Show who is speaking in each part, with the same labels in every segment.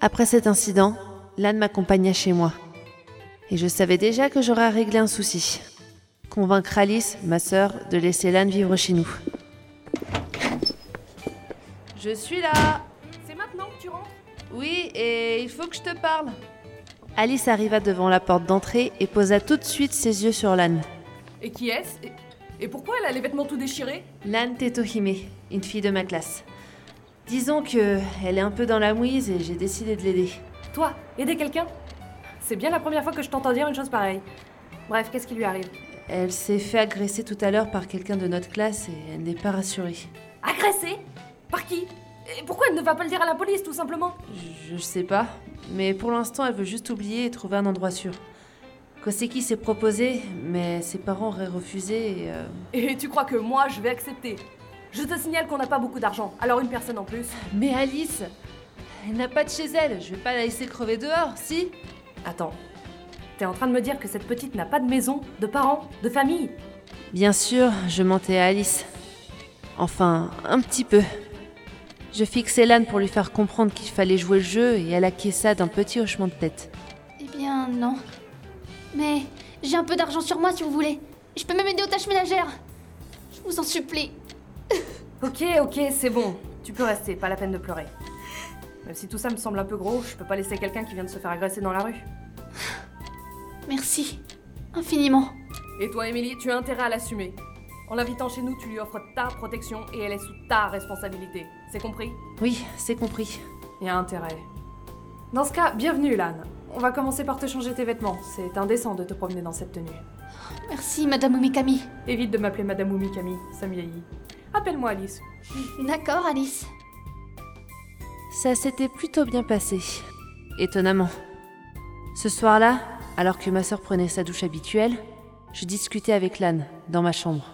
Speaker 1: Après cet incident, Lan m'accompagna chez moi. Et je savais déjà que j'aurais à régler un souci. Convaincre Alice, ma sœur, de laisser Lan vivre chez nous. Je suis là
Speaker 2: C'est maintenant que tu rentres
Speaker 1: Oui, et il faut que je te parle. Alice arriva devant la porte d'entrée et posa tout de suite ses yeux sur Lan.
Speaker 2: Et qui est-ce et, et pourquoi elle a les vêtements tout déchirés
Speaker 1: Lan Tetohime, une fille de ma classe. Disons que elle est un peu dans la mouise et j'ai décidé de l'aider.
Speaker 2: Toi, aider quelqu'un C'est bien la première fois que je t'entends dire une chose pareille. Bref, qu'est-ce qui lui arrive
Speaker 1: Elle s'est fait agresser tout à l'heure par quelqu'un de notre classe et elle n'est pas rassurée.
Speaker 2: Agressée Par qui Et pourquoi elle ne va pas le dire à la police, tout simplement
Speaker 1: Je, je sais pas, mais pour l'instant elle veut juste oublier et trouver un endroit sûr. Koseki s'est proposé, mais ses parents auraient refusé et... euh,
Speaker 2: Et tu crois que moi, je vais accepter Je te signale qu'on n'a pas beaucoup d'argent, alors une personne en plus.
Speaker 1: Mais Alice Elle n'a pas de chez elle, je vais pas la laisser crever dehors, si
Speaker 2: Attends, t'es en train de me dire que cette petite n'a pas de maison, de parents, de famille
Speaker 1: Bien sûr, je mentais à Alice. Enfin, un petit peu. Je fixais l'âne pour lui faire comprendre qu'il fallait jouer le jeu et elle acquiesça d'un petit hochement de tête.
Speaker 3: Eh bien, non. Mais j'ai un peu d'argent sur moi si vous voulez. Je peux même aider aux tâches ménagères. Je vous en supplie.
Speaker 2: Ok, ok, c'est bon. Tu peux rester, pas la peine de pleurer. Même si tout ça me semble un peu gros, je peux pas laisser quelqu'un qui vient de se faire agresser dans la rue.
Speaker 3: Merci. Infiniment.
Speaker 2: Et toi, Émilie, tu as intérêt à l'assumer. En l'invitant chez nous, tu lui offres ta protection et elle est sous ta responsabilité. C'est compris
Speaker 1: Oui, c'est compris.
Speaker 2: Il y a intérêt. Dans ce cas, bienvenue, Lan. On va commencer par te changer tes vêtements. C'est indécent de te promener dans cette tenue.
Speaker 3: Merci, Madame Omikami.
Speaker 2: Évite de m'appeler Madame Oumi Camille, ça me vieillit. Appelle-moi Alice.
Speaker 3: D'accord, Alice.
Speaker 1: Ça s'était plutôt bien passé. Étonnamment. Ce soir-là, alors que ma sœur prenait sa douche habituelle, je discutais avec l'âne, dans ma chambre.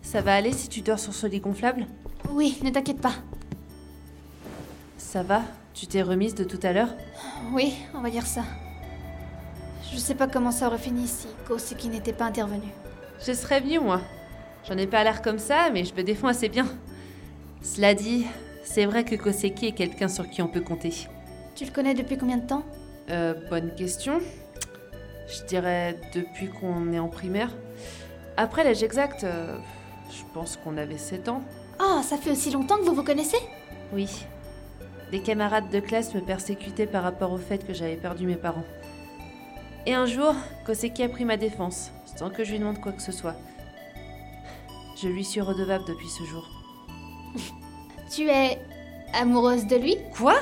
Speaker 1: Ça va aller si tu dors sur ce lit gonflable
Speaker 3: Oui, ne t'inquiète pas.
Speaker 1: Ça va Tu t'es remise de tout à l'heure
Speaker 3: Oui, on va dire ça. Je sais pas comment ça aurait fini si Koseki n'était pas intervenu.
Speaker 1: Je serais venue, moi. J'en ai pas l'air comme ça, mais je me défends assez bien. Cela dit, c'est vrai que Koseki est quelqu'un sur qui on peut compter.
Speaker 3: Tu le connais depuis combien de temps
Speaker 1: Euh, bonne question. Je dirais depuis qu'on est en primaire. Après l'âge exact, euh, je pense qu'on avait 7 ans.
Speaker 3: Ah, ça fait aussi longtemps que vous vous connaissez
Speaker 1: Oui. Des camarades de classe me persécutaient par rapport au fait que j'avais perdu mes parents. Et un jour, Koseki a pris ma défense, sans que je lui demande quoi que ce soit. Je lui suis redevable depuis ce jour.
Speaker 3: Tu es amoureuse de lui
Speaker 1: Quoi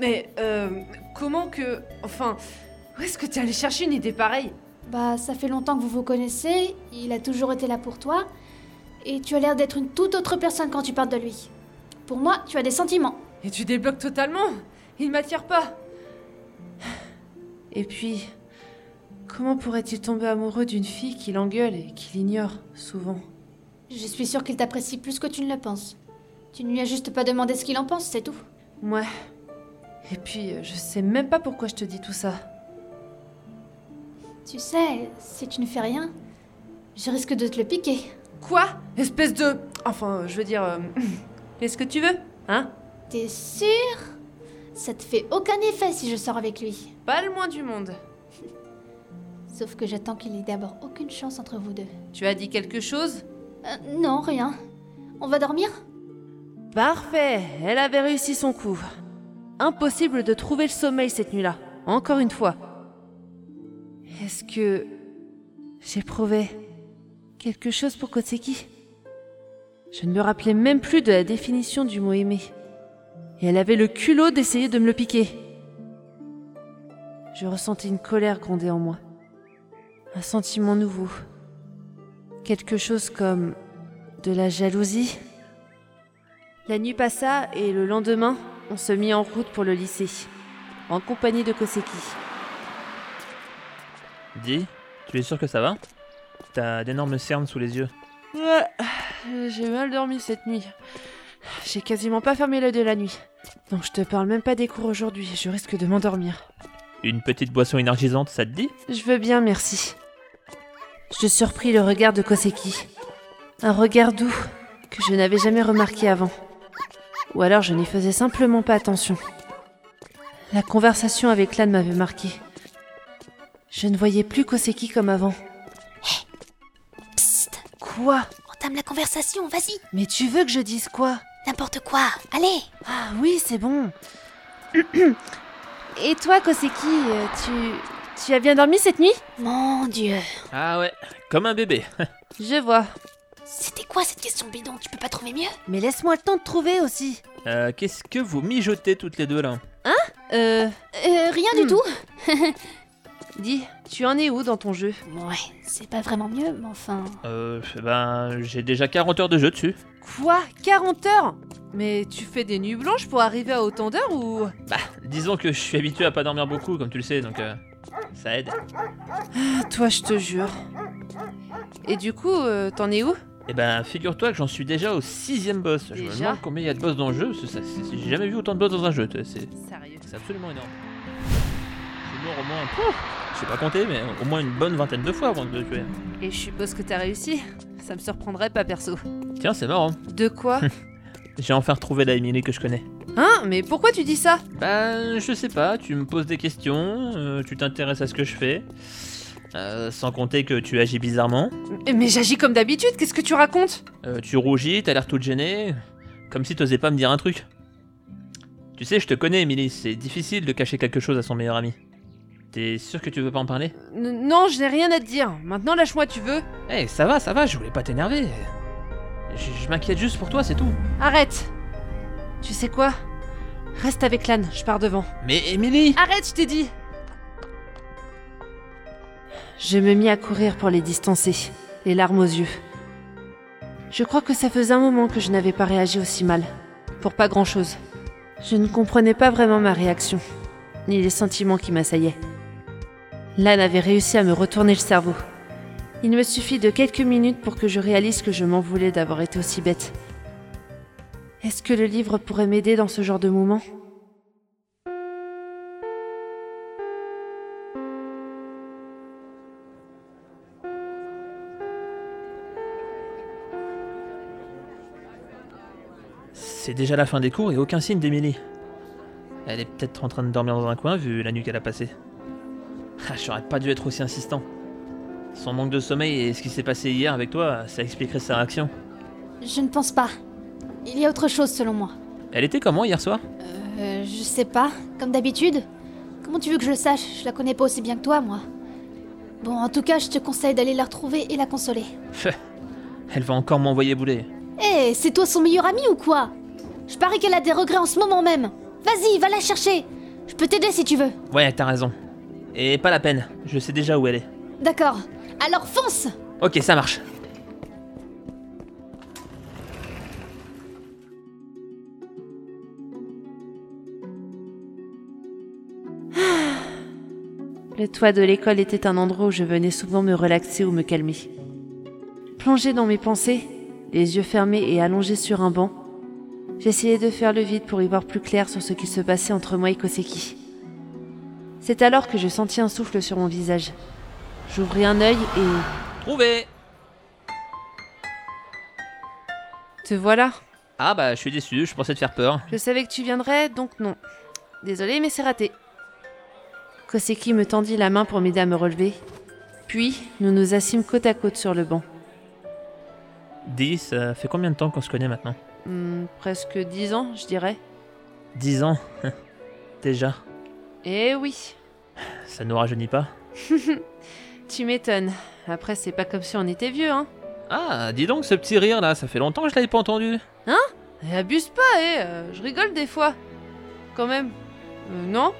Speaker 1: Mais euh, comment que... Enfin, où est-ce que t'es allé chercher une idée pareille
Speaker 3: Bah, ça fait longtemps que vous vous connaissez, il a toujours été là pour toi, et tu as l'air d'être une toute autre personne quand tu parles de lui. Pour moi, tu as des sentiments.
Speaker 1: Et tu débloques totalement Il m'attire pas Et puis, comment pourrait-il tomber amoureux d'une fille qui l'engueule et qui l'ignore souvent
Speaker 3: Je suis sûre qu'il t'apprécie plus que tu ne le penses. Tu ne lui as juste pas demandé ce qu'il en pense, c'est tout.
Speaker 1: Ouais. Et puis, euh, je sais même pas pourquoi je te dis tout ça.
Speaker 3: Tu sais, si tu ne fais rien, je risque de te le piquer.
Speaker 1: Quoi Espèce de... Enfin, euh, je veux dire... euh, Est-ce que tu veux Hein
Speaker 3: T'es sûr Ça te fait aucun effet si je sors avec lui.
Speaker 1: Pas le moins du monde.
Speaker 3: Sauf que j'attends qu'il ait d'abord aucune chance entre vous deux.
Speaker 1: Tu as dit quelque chose
Speaker 3: Euh, non, rien. On va dormir
Speaker 1: Parfait Elle avait réussi son coup. Impossible de trouver le sommeil cette nuit-là. Encore une fois. Est-ce que... J'éprouvais... Quelque chose pour Kotseki Je ne me rappelais même plus de la définition du mot aimer. Et elle avait le culot d'essayer de me le piquer. Je ressentais une colère gronder en moi. Un sentiment nouveau. Quelque chose comme... de la jalousie la nuit passa et le lendemain, on se mit en route pour le lycée, en compagnie de Koseki.
Speaker 4: Dis, tu es sûr que ça va T'as d'énormes cernes sous les yeux.
Speaker 1: Ouais, euh, j'ai mal dormi cette nuit. J'ai quasiment pas fermé l'œil de la nuit. Donc je te parle même pas des cours aujourd'hui, je risque de m'endormir.
Speaker 4: Une petite boisson énergisante, ça te dit
Speaker 1: Je veux bien, merci. Je surpris le regard de Koseki. Un regard doux que je n'avais jamais remarqué avant. ou alors je n'y faisais simplement pas attention. La conversation avec l'âne m'avait marqué. Je ne voyais plus Koseki comme avant.
Speaker 5: Psst,
Speaker 1: Quoi
Speaker 5: entame la conversation, vas-y,
Speaker 1: Mais tu veux que je dise quoi
Speaker 5: n'importe quoi, allez
Speaker 1: Ah oui, c'est bon. Et toi, Koseki, euh, tu... tu as bien dormi cette nuit
Speaker 5: Mon dieu
Speaker 4: Ah ouais, comme un bébé.
Speaker 1: Je vois.
Speaker 5: C'était quoi cette question bidon Tu peux pas trouver mieux
Speaker 1: Mais laisse-moi le temps de trouver aussi.
Speaker 4: Euh, Qu'est-ce que vous mijotez toutes les deux là
Speaker 1: Euh...
Speaker 5: Euh, rien
Speaker 1: Hmm.
Speaker 5: du tout
Speaker 1: Dis, tu en es où dans ton jeu
Speaker 5: Ouais, c'est pas vraiment mieux, mais enfin...
Speaker 4: Euh, ben, j'ai déjà 40 heures de jeu dessus.
Speaker 1: Quoi 40 heures Mais tu fais des nuits blanches pour arriver à autant d'heures ou...
Speaker 4: Disons que je suis habitué à pas dormir beaucoup, comme tu le sais, donc euh, ça aide.
Speaker 1: Ah, Toi, je te jure. Et du coup, euh, t'en es où
Speaker 4: Eh ben, figure-toi que j'en suis déjà au sixième boss. Je me
Speaker 1: Déjà
Speaker 4: demande combien il y a de boss dans le jeu. parce que ça- c'est- J'ai jamais vu autant de boss dans un jeu. tu vois, C'est
Speaker 1: Sérieux.
Speaker 4: c'est absolument énorme. C'est mort au moins. Pouf je sais pas compter, mais au moins une bonne vingtaine de fois avant de le tuer.
Speaker 1: Et je suppose que t'as réussi Ça me surprendrait pas perso.
Speaker 4: Tiens, c'est marrant.
Speaker 1: De quoi
Speaker 4: J'ai enfin retrouvé la Emily que je connais.
Speaker 1: Hein Mais pourquoi tu dis ça
Speaker 4: Ben, je sais pas, tu me poses des questions, euh, tu t'intéresses à ce que je fais. Euh, sans compter que tu agis bizarrement.
Speaker 1: Mais- Mais j'agis comme d'habitude, qu'est-ce que tu racontes
Speaker 4: Euh, tu rougis, t'as l'air toute gênée. Comme si t'osais pas me dire un truc. Tu sais, je te connais, Emily, c'est difficile de cacher quelque chose à son meilleur ami. T'es sûr que tu veux pas en parler
Speaker 1: N- Non, je n'ai rien à te dire. Maintenant, lâche-moi, tu veux
Speaker 4: Eh, ça va, ça va, je voulais pas t'énerver. Je, je m'inquiète juste pour toi, c'est tout.
Speaker 1: Arrête Tu sais quoi Reste avec l'âne, je pars devant.
Speaker 4: Mais Emily
Speaker 1: Arrête, je t'ai dit Je me mis à courir pour les distancer, les larmes aux yeux. Je crois que ça faisait un moment que je n'avais pas réagi aussi mal, pour pas grand-chose. Je ne comprenais pas vraiment ma réaction, ni les sentiments qui m'assaillaient. L'âne avait réussi à me retourner le cerveau. Il me suffit de quelques minutes pour que je réalise que je m'en voulais d'avoir été aussi bête. Est-ce que le livre pourrait m'aider dans ce genre de moment
Speaker 4: C'est déjà la fin des cours et aucun signe d'Emily. Elle est peut-être en train de dormir dans un coin vu la nuit qu'elle a passée. Ah, j'aurais pas dû être aussi insistant. Son manque de sommeil et ce qui s'est passé hier avec toi, ça expliquerait sa réaction.
Speaker 3: Je ne pense pas. Il y a autre chose selon moi.
Speaker 4: Elle était comment hier soir
Speaker 3: Euh, je sais pas, comme d'habitude. Comment tu veux que je le sache Je la connais pas aussi bien que toi, moi. Bon, en tout cas, je te conseille d'aller la retrouver et la consoler.
Speaker 4: Elle va encore m'envoyer bouler.
Speaker 3: Hé, Eh, c'est toi son meilleur ami ou quoi Je parie qu'elle a des regrets en ce moment même. Vas-y, va la chercher. Je peux t'aider si tu veux.
Speaker 4: Ouais, t'as raison. Et pas la peine, je sais déjà où elle est.
Speaker 3: D'accord. Alors fonce
Speaker 4: Ok, ça marche.
Speaker 1: Le toit de l'école était un endroit où je venais souvent me relaxer ou me calmer. Plongée dans mes pensées, les yeux fermés et allongée sur un banc, j'essayais de faire le vide pour y voir plus clair sur ce qui se passait entre moi et Koseki. C'est alors que je sentis un souffle sur mon visage. J'ouvris un œil et...
Speaker 4: Trouvé
Speaker 1: Te voilà
Speaker 4: Ah bah, je suis déçu, je pensais te faire peur.
Speaker 1: Je savais que tu viendrais, donc non. Désolée, mais c'est raté. Koseki me tendit la main pour m'aider à me relever. Puis, nous nous assîmes côte à côte sur le banc.
Speaker 4: 10, ça fait combien de temps qu'on se connaît maintenant
Speaker 1: Hmm, presque dix ans, je dirais.
Speaker 4: 10 ans. déjà,
Speaker 1: Eh oui,
Speaker 4: ça nous rajeunit pas.
Speaker 1: tu m'étonnes. Après, c'est pas comme si on était vieux, hein.
Speaker 4: Ah, dis donc ce petit rire là, ça fait longtemps que je l'avais pas entendu.
Speaker 1: Eh, abuse pas, eh, euh, je rigole des fois. Quand même. Euh, non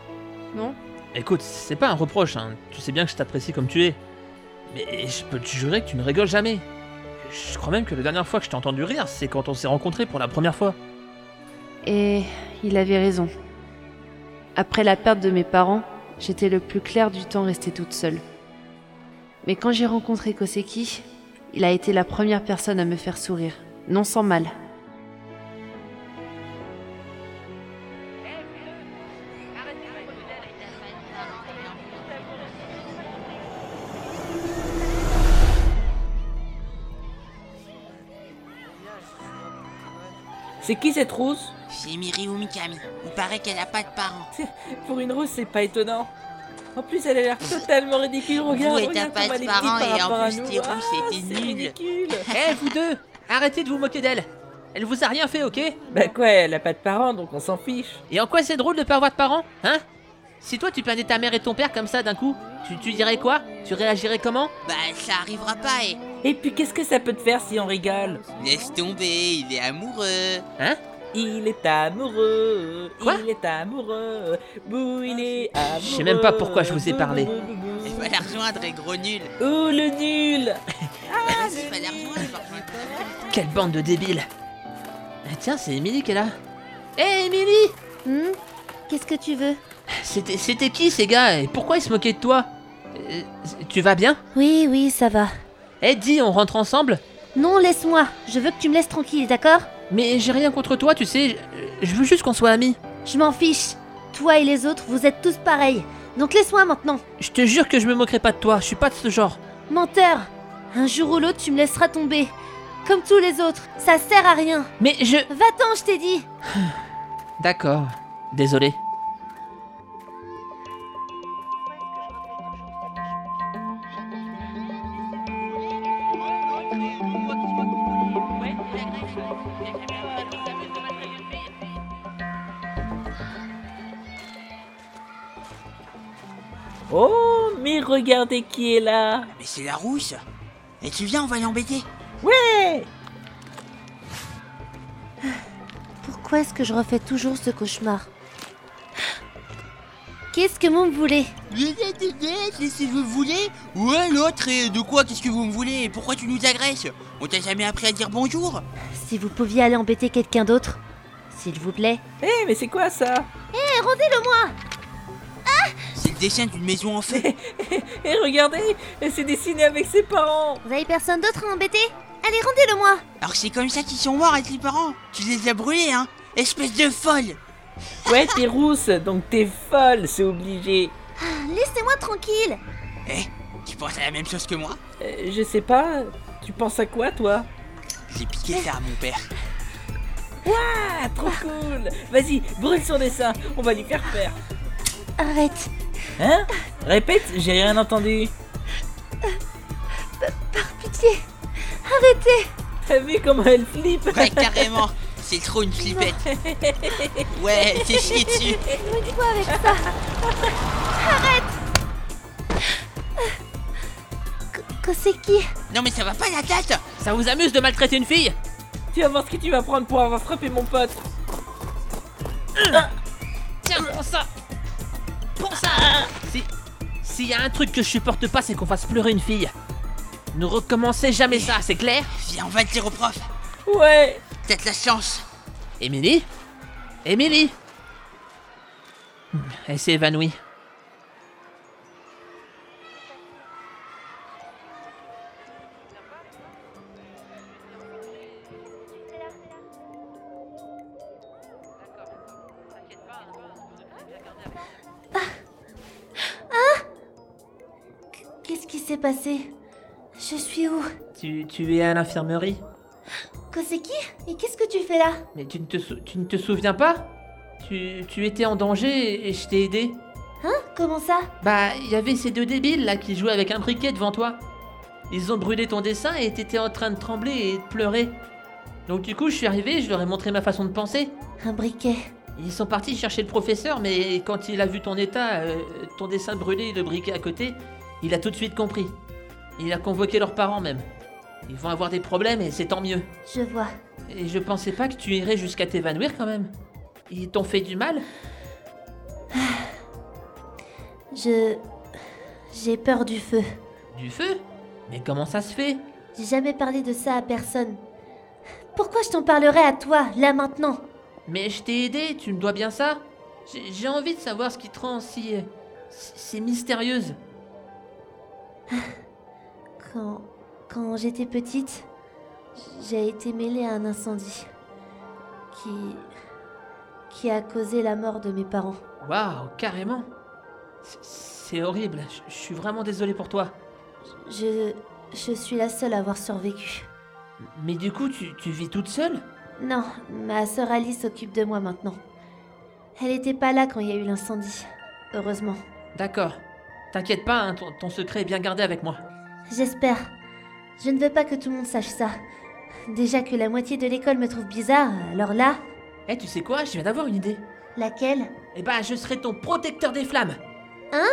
Speaker 1: Non
Speaker 4: Écoute, c'est pas un reproche, hein. tu sais bien que je t'apprécie comme tu es. Mais je peux te jurer que tu ne rigoles jamais. Je crois même que la dernière fois que je t'ai entendu rire, c'est quand on s'est rencontrés pour la première fois.
Speaker 1: Et il avait raison. Après la perte de mes parents, j'étais le plus clair du temps restée toute seule. Mais quand j'ai rencontré Koseki, il a été la première personne à me faire sourire, non sans mal.
Speaker 6: C'est qui cette rousse
Speaker 7: C'est Miri ou Mikami. Il paraît qu'elle n'a pas de parents.
Speaker 6: Pour une rousse, c'est pas étonnant. En plus, elle a l'air totalement ridicule. Regarde,
Speaker 7: et
Speaker 6: regarde
Speaker 7: t'as
Speaker 6: comment
Speaker 7: pas de
Speaker 6: elle est petite
Speaker 7: parents,
Speaker 6: par
Speaker 7: et en
Speaker 6: rapport à
Speaker 7: plus,
Speaker 6: nous.
Speaker 7: t'es rousse,
Speaker 6: Ah,
Speaker 7: et t'es
Speaker 6: c'est
Speaker 7: nulle.
Speaker 6: ridicule.
Speaker 4: Eh vous deux Arrêtez de vous moquer d'elle Elle vous a rien fait, ok
Speaker 6: Bah quoi, elle a pas de parents, donc on s'en fiche.
Speaker 4: Et en quoi c'est drôle de pas avoir de parents Hein Si toi tu planais ta mère et ton père comme ça d'un coup, tu, tu dirais quoi Tu réagirais comment
Speaker 7: Bah, ça arrivera pas, et.
Speaker 6: Et puis, qu'est-ce que ça peut te faire si on rigole
Speaker 7: Laisse tomber, il est amoureux.
Speaker 6: Il est amoureux.
Speaker 4: Quoi
Speaker 6: il est amoureux. Bouh, il est amoureux.
Speaker 4: Je sais même pas pourquoi je vous ai
Speaker 6: Bouh,
Speaker 4: parlé.
Speaker 6: bouh, bouh, bouh,
Speaker 7: Il
Speaker 6: bouh.
Speaker 7: va la rejoindre, et gros nul.
Speaker 6: Oh le nul Ah,
Speaker 7: Vas-y, va la rejoindre, il va rejoindre ta mère.
Speaker 4: Quelle bande de débiles Ah, Tiens, c'est Émilie qui est là. Hé Émilie
Speaker 8: Hmm Qu'est-ce que tu veux
Speaker 4: C'était c'était qui ces gars Et pourquoi ils se moquaient de toi Euh, Tu vas bien
Speaker 8: Oui, oui, ça va.
Speaker 4: Eh dis, on rentre ensemble
Speaker 8: Non, laisse-moi. Je veux que tu me laisses tranquille, d'accord
Speaker 4: Mais j'ai rien contre toi, tu sais, je, je veux juste qu'on soit amis.
Speaker 8: Je m'en fiche. Toi et les autres, vous êtes tous pareils. Donc laisse-moi maintenant.
Speaker 4: Je te jure que je me moquerai pas de toi, je suis pas de ce genre.
Speaker 8: Menteur Un jour ou l'autre, tu me laisseras tomber. Comme tous les autres. Ça sert à rien.
Speaker 4: Mais je...
Speaker 8: Va-t'en, je t'ai dit
Speaker 4: D'accord, désolé.
Speaker 6: Oh, mais regardez qui est là
Speaker 7: Mais c'est la rousse. Et tu viens, on va l'embêter.
Speaker 6: Ouais
Speaker 8: Pourquoi est-ce que je refais toujours ce cauchemar Qu'est-ce que vous me voulez
Speaker 7: Qu'est-ce que vous voulez Ouais, l'autre, et de quoi Qu'est-ce que vous me voulez Et pourquoi tu nous agresses On t'a jamais appris à dire bonjour
Speaker 8: Si vous pouviez aller embêter quelqu'un d'autre, s'il vous plaît.
Speaker 6: Eh, mais c'est quoi ça
Speaker 7: C'est le dessin d'une maison en feu.
Speaker 6: Eh, regardez Elle s'est dessinée avec ses parents
Speaker 8: Vous avez personne d'autre à embêter Allez, rendez-le-moi
Speaker 7: Alors c'est comme ça qu'ils sont morts avec les parents. Tu les as brûlés, hein Espèce de folle
Speaker 6: Ouais, t'es rousse, donc t'es folle, c'est obligé.
Speaker 8: Laissez-moi tranquille
Speaker 7: Tu penses à la même chose que moi
Speaker 6: Euh, je sais pas, tu penses à quoi, toi
Speaker 7: J'ai piqué ça à mon père.
Speaker 6: Ah, trop cool Vas-y, brûle son dessin, on va lui faire faire.
Speaker 8: Arrête
Speaker 6: Hein Répète, j'ai rien entendu.
Speaker 8: Pitié
Speaker 6: T'as vu comment elle flippe
Speaker 7: Ouais, carrément C'est trop une flippette Ouais, t'es chié dessus
Speaker 8: Koseki
Speaker 7: Non mais ça va pas la tête
Speaker 4: Ça vous amuse de maltraiter une fille
Speaker 6: Tu vas voir ce que tu vas prendre pour avoir frappé mon pote.
Speaker 4: Tiens, prends ça Prends ça Si... S'il y a un truc que je supporte pas, c'est qu'on fasse pleurer une fille. Ne recommencez jamais ça, c'est clair
Speaker 7: Viens, on va le dire au prof.
Speaker 6: Ouais
Speaker 7: T'as de la chance.
Speaker 4: Émilie Émilie Hmm, Elle s'est évanouie.
Speaker 8: Qu'est-ce qui s'est passé Je suis où
Speaker 4: Tu, tu es à l'infirmerie
Speaker 8: Koseki Et qu'est-ce que tu fais là
Speaker 4: Mais tu ne te, sou- tu ne te souviens pas tu, tu étais en danger et- et je t'ai aidé
Speaker 8: Comment ça
Speaker 4: Bah, il y avait ces deux débiles là qui jouaient avec un briquet devant toi. Ils ont brûlé ton dessin et t'étais en train de trembler et de pleurer. Donc du coup, je suis arrivé, je leur ai montré ma façon de penser.
Speaker 8: Un briquet.
Speaker 4: Ils sont partis chercher le professeur, mais quand il a vu ton état, euh, ton dessin brûlé et le briquet à côté, il a tout de suite compris. Il a convoqué leurs parents même. Ils vont avoir des problèmes et c'est tant mieux.
Speaker 8: Je vois.
Speaker 4: Et je pensais pas que tu irais jusqu'à t'évanouir quand même. Ils t'ont fait du mal
Speaker 8: Je... J'ai peur du feu.
Speaker 4: Du feu Mais comment ça se fait
Speaker 8: J'ai jamais parlé de ça à personne. Pourquoi je t'en parlerai à toi, là maintenant
Speaker 4: Mais je t'ai aidé, tu me dois bien ça. J'ai j'ai envie de savoir ce qui te rend si. euh, si si mystérieuse.
Speaker 8: Quand... Quand j'étais petite, j'ai été mêlée à un incendie. Qui... Qui a causé la mort de mes parents.
Speaker 4: Waouh, carrément. C'est- C'est horrible, je- je suis vraiment désolé pour toi.
Speaker 8: Je... Je suis la seule à avoir survécu.
Speaker 4: Mais du coup, tu, tu vis toute seule
Speaker 8: Non, ma sœur Alice s'occupe de moi maintenant. Elle n'était pas là quand il y a eu l'incendie, heureusement.
Speaker 4: D'accord. T'inquiète pas, hein, ton, ton secret est bien gardé avec moi.
Speaker 8: J'espère. Je ne veux pas que tout le monde sache ça. Déjà que la moitié de l'école me trouve bizarre, alors là,
Speaker 4: Eh, tu sais quoi Je viens d'avoir une idée.
Speaker 8: laquelle
Speaker 4: Eh bah, je serai ton protecteur des flammes.
Speaker 8: Hein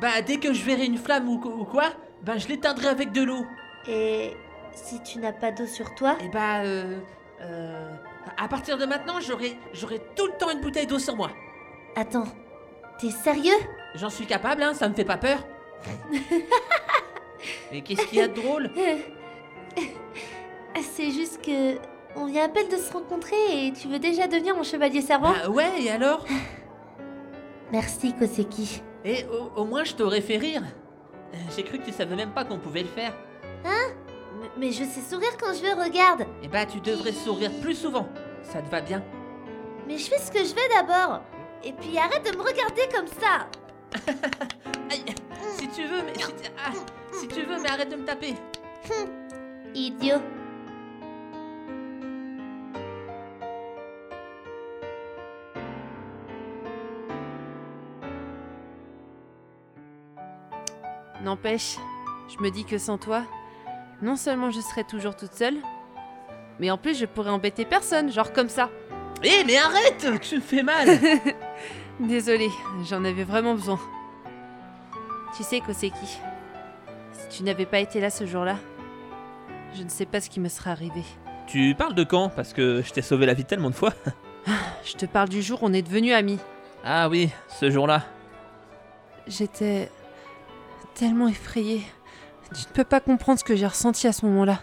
Speaker 4: Bah, dès que je verrai une flamme ou, ou quoi, bah, je l'éteindrai avec de l'eau.
Speaker 8: Et si tu n'as pas d'eau sur toi
Speaker 4: Eh bah, euh, euh, à à partir de maintenant, j'aurai, j'aurai tout le temps une bouteille d'eau sur moi.
Speaker 8: Attends, t'es sérieux
Speaker 4: J'en suis capable, hein, ça me fait pas peur. Mais qu'est-ce qu'il y a de drôle
Speaker 8: Ah, C'est juste que. On vient à peine de se rencontrer et tu veux déjà devenir mon chevalier servant
Speaker 4: Bah ouais, et alors
Speaker 8: Merci, Koseki.
Speaker 4: Et au, au moins, je t'aurais fait rire. Euh, J'ai cru que tu savais même pas qu'on pouvait le faire.
Speaker 8: M- mais je sais sourire quand je veux, regarde
Speaker 4: Eh bah, tu devrais sourire plus souvent. Ça te va bien.
Speaker 8: Mais je fais ce que je veux d'abord Et puis arrête de me regarder comme ça
Speaker 4: Aïe Si tu veux, mais... Si, tu- ah, si tu veux, mais arrête de me taper.
Speaker 8: Idiot
Speaker 1: N'empêche, je me dis que sans toi, non seulement je serais toujours toute seule, mais en plus je pourrais embêter personne, genre comme ça.
Speaker 4: Eh, mais arrête Tu me fais mal
Speaker 1: Désolée, j'en avais vraiment besoin. Tu sais, Koseki, si tu n'avais pas été là ce jour-là, je ne sais pas ce qui me serait arrivé.
Speaker 4: Tu parles de quand Parce que je t'ai sauvé la vie tellement de fois.
Speaker 1: Je te parle du jour où on est devenus amis.
Speaker 4: Ah oui, ce jour-là.
Speaker 1: J'étais tellement effrayée. Tu ne peux pas comprendre ce que j'ai ressenti à ce moment-là.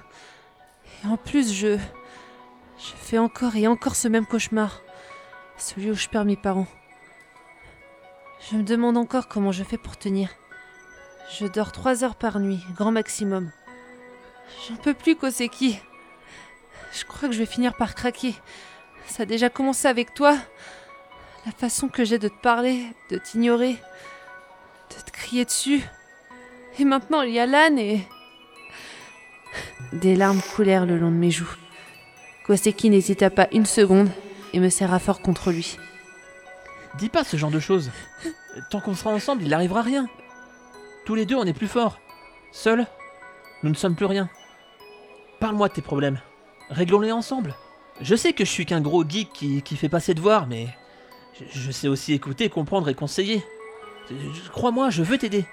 Speaker 1: Et en plus, je. Je fais encore et encore ce même cauchemar. Celui où je perds mes parents. Je me demande encore comment je fais pour tenir. Je dors trois heures par nuit, grand maximum. J'en peux plus, Koseki. Je crois que je vais finir par craquer. Ça a déjà commencé avec toi. La façon que j'ai de te parler, de t'ignorer de te crier dessus. Et maintenant, il y a l'âne et. Des larmes coulèrent le long de mes joues. Koseki n'hésita pas une seconde et me serra fort contre lui.
Speaker 4: Dis pas ce genre de choses. Tant qu'on sera ensemble, il n'arrivera rien. Tous les deux, on est plus forts. Seuls, nous ne sommes plus rien. Parle-moi de tes problèmes. Réglons-les ensemble. Je sais que je suis qu'un gros geek qui, qui fait pas ses devoirs, mais je, je sais aussi écouter, comprendre et conseiller. Je- je- Crois-moi, je veux t'aider.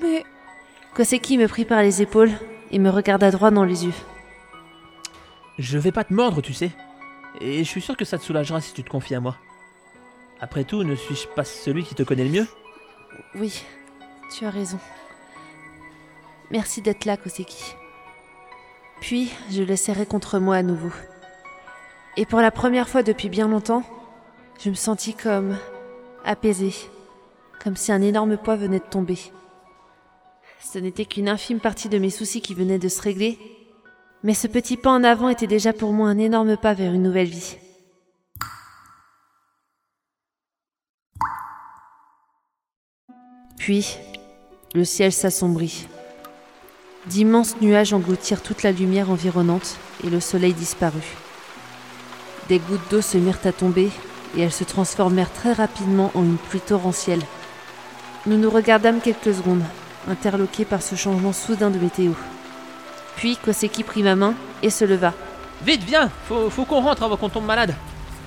Speaker 1: Mais. Koseki me prit par les épaules et me regarda droit dans les yeux.
Speaker 4: Je vais pas te mordre, tu sais. Et je suis sûr que ça te soulagera si tu te confies à moi. Après tout, ne suis-je pas celui qui te connaît le mieux
Speaker 1: Oui, tu as raison. Merci d'être là, Koseki. Puis, je le serrai contre moi à nouveau. Et pour la première fois depuis bien longtemps, je me sentis comme apaisée, comme si un énorme poids venait de tomber. Ce n'était qu'une infime partie de mes soucis qui venait de se régler, mais ce petit pas en avant était déjà pour moi un énorme pas vers une nouvelle vie. Puis, le ciel s'assombrit. D'immenses nuages engloutirent toute la lumière environnante et le soleil disparut. Des gouttes d'eau se mirent à tomber et elles se transformèrent très rapidement en une pluie torrentielle. Nous nous regardâmes quelques secondes, interloqués par ce changement soudain de météo. Puis Koseki prit ma main et se leva.
Speaker 4: Vite, viens Faut, faut qu'on rentre avant qu'on tombe malade.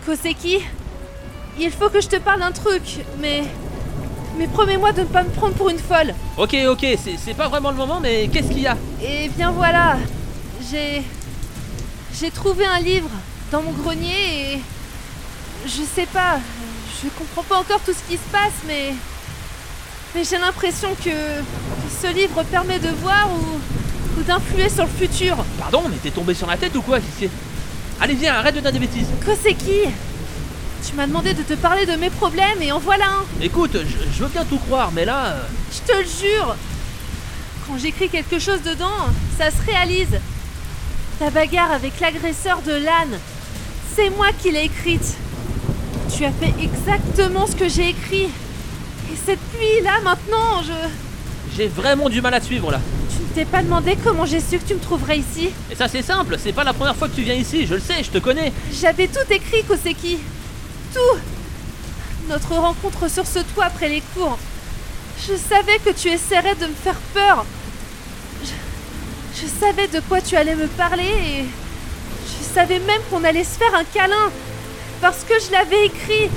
Speaker 1: Koseki, il faut que je te parle d'un truc, mais. Mais promets-moi de ne pas me prendre pour une folle.
Speaker 4: Ok, ok, c'est c'est pas vraiment le moment, mais qu'est-ce qu'il y a
Speaker 1: Et bien voilà, j'ai. J'ai trouvé un livre dans mon grenier et. Je sais pas, je comprends pas encore tout ce qui se passe, mais. Mais j'ai l'impression que ce livre permet de voir ou, ou d'influer sur le futur.
Speaker 4: Pardon, mais t'es tombé sur la tête ou quoi qu'est-ce que- Allez, viens, arrête de dire des bêtises.
Speaker 1: Koseki Tu m'as demandé de te parler de mes problèmes et en voilà un
Speaker 4: Écoute, je, je veux bien tout croire, mais là. euh,
Speaker 1: Je te le jure Quand j'écris quelque chose dedans, ça se réalise. Ta bagarre avec l'agresseur de l'âne, c'est moi qui l'ai écrite. Tu as fait exactement ce que j'ai écrit. Et cette pluie là maintenant, je...
Speaker 4: J'ai vraiment du mal à te suivre là.
Speaker 1: Tu ne T'es pas demandé comment j'ai su que tu me trouverais ici
Speaker 4: Et ça c'est simple, c'est pas la première fois que tu viens ici, je le sais, je te connais.
Speaker 1: J'avais tout écrit, Koseki Tout Notre rencontre sur ce toit après les cours. Je savais que tu essaierais de me faire peur. Je, je savais de quoi tu allais me parler et. Je savais même qu'on allait se faire un câlin. Parce que je l'avais écrit.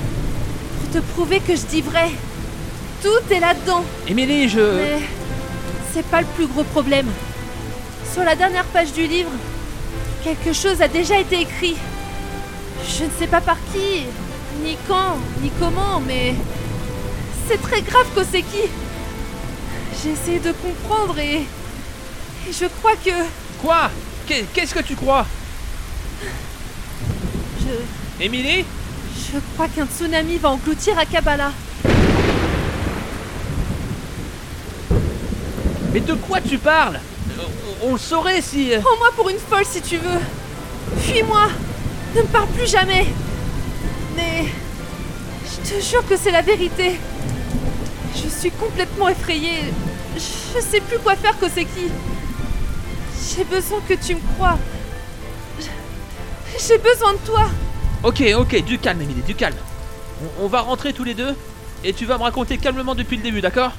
Speaker 1: Pour te prouver que je dis vrai. Tout est là-dedans.
Speaker 4: Émilie, je...
Speaker 1: Mais c'est pas le plus gros problème. Sur la dernière page du livre, quelque chose a déjà été écrit. Je ne sais pas par qui, ni quand, ni comment, mais c'est très grave Koseki. J'ai essayé de comprendre et, et je crois que
Speaker 4: Quoi Qu'est- Qu'est-ce que tu crois
Speaker 1: je,
Speaker 4: Émilie
Speaker 1: je crois qu'un tsunami va engloutir Akabala.
Speaker 4: Mais de quoi tu parles Euh, on, on le saurait si... euh,
Speaker 1: Prends-moi pour une folle si tu veux. Fuis-moi. Ne me parle plus jamais. Mais je te jure que c'est la vérité. Je suis complètement effrayée. Je sais plus quoi faire, Koseki. J'ai besoin que tu me crois. Je- J'ai besoin de toi.
Speaker 4: Ok, ok, du calme Émilie, du calme. On, on va rentrer tous les deux et tu vas me raconter calmement depuis le début, d'accord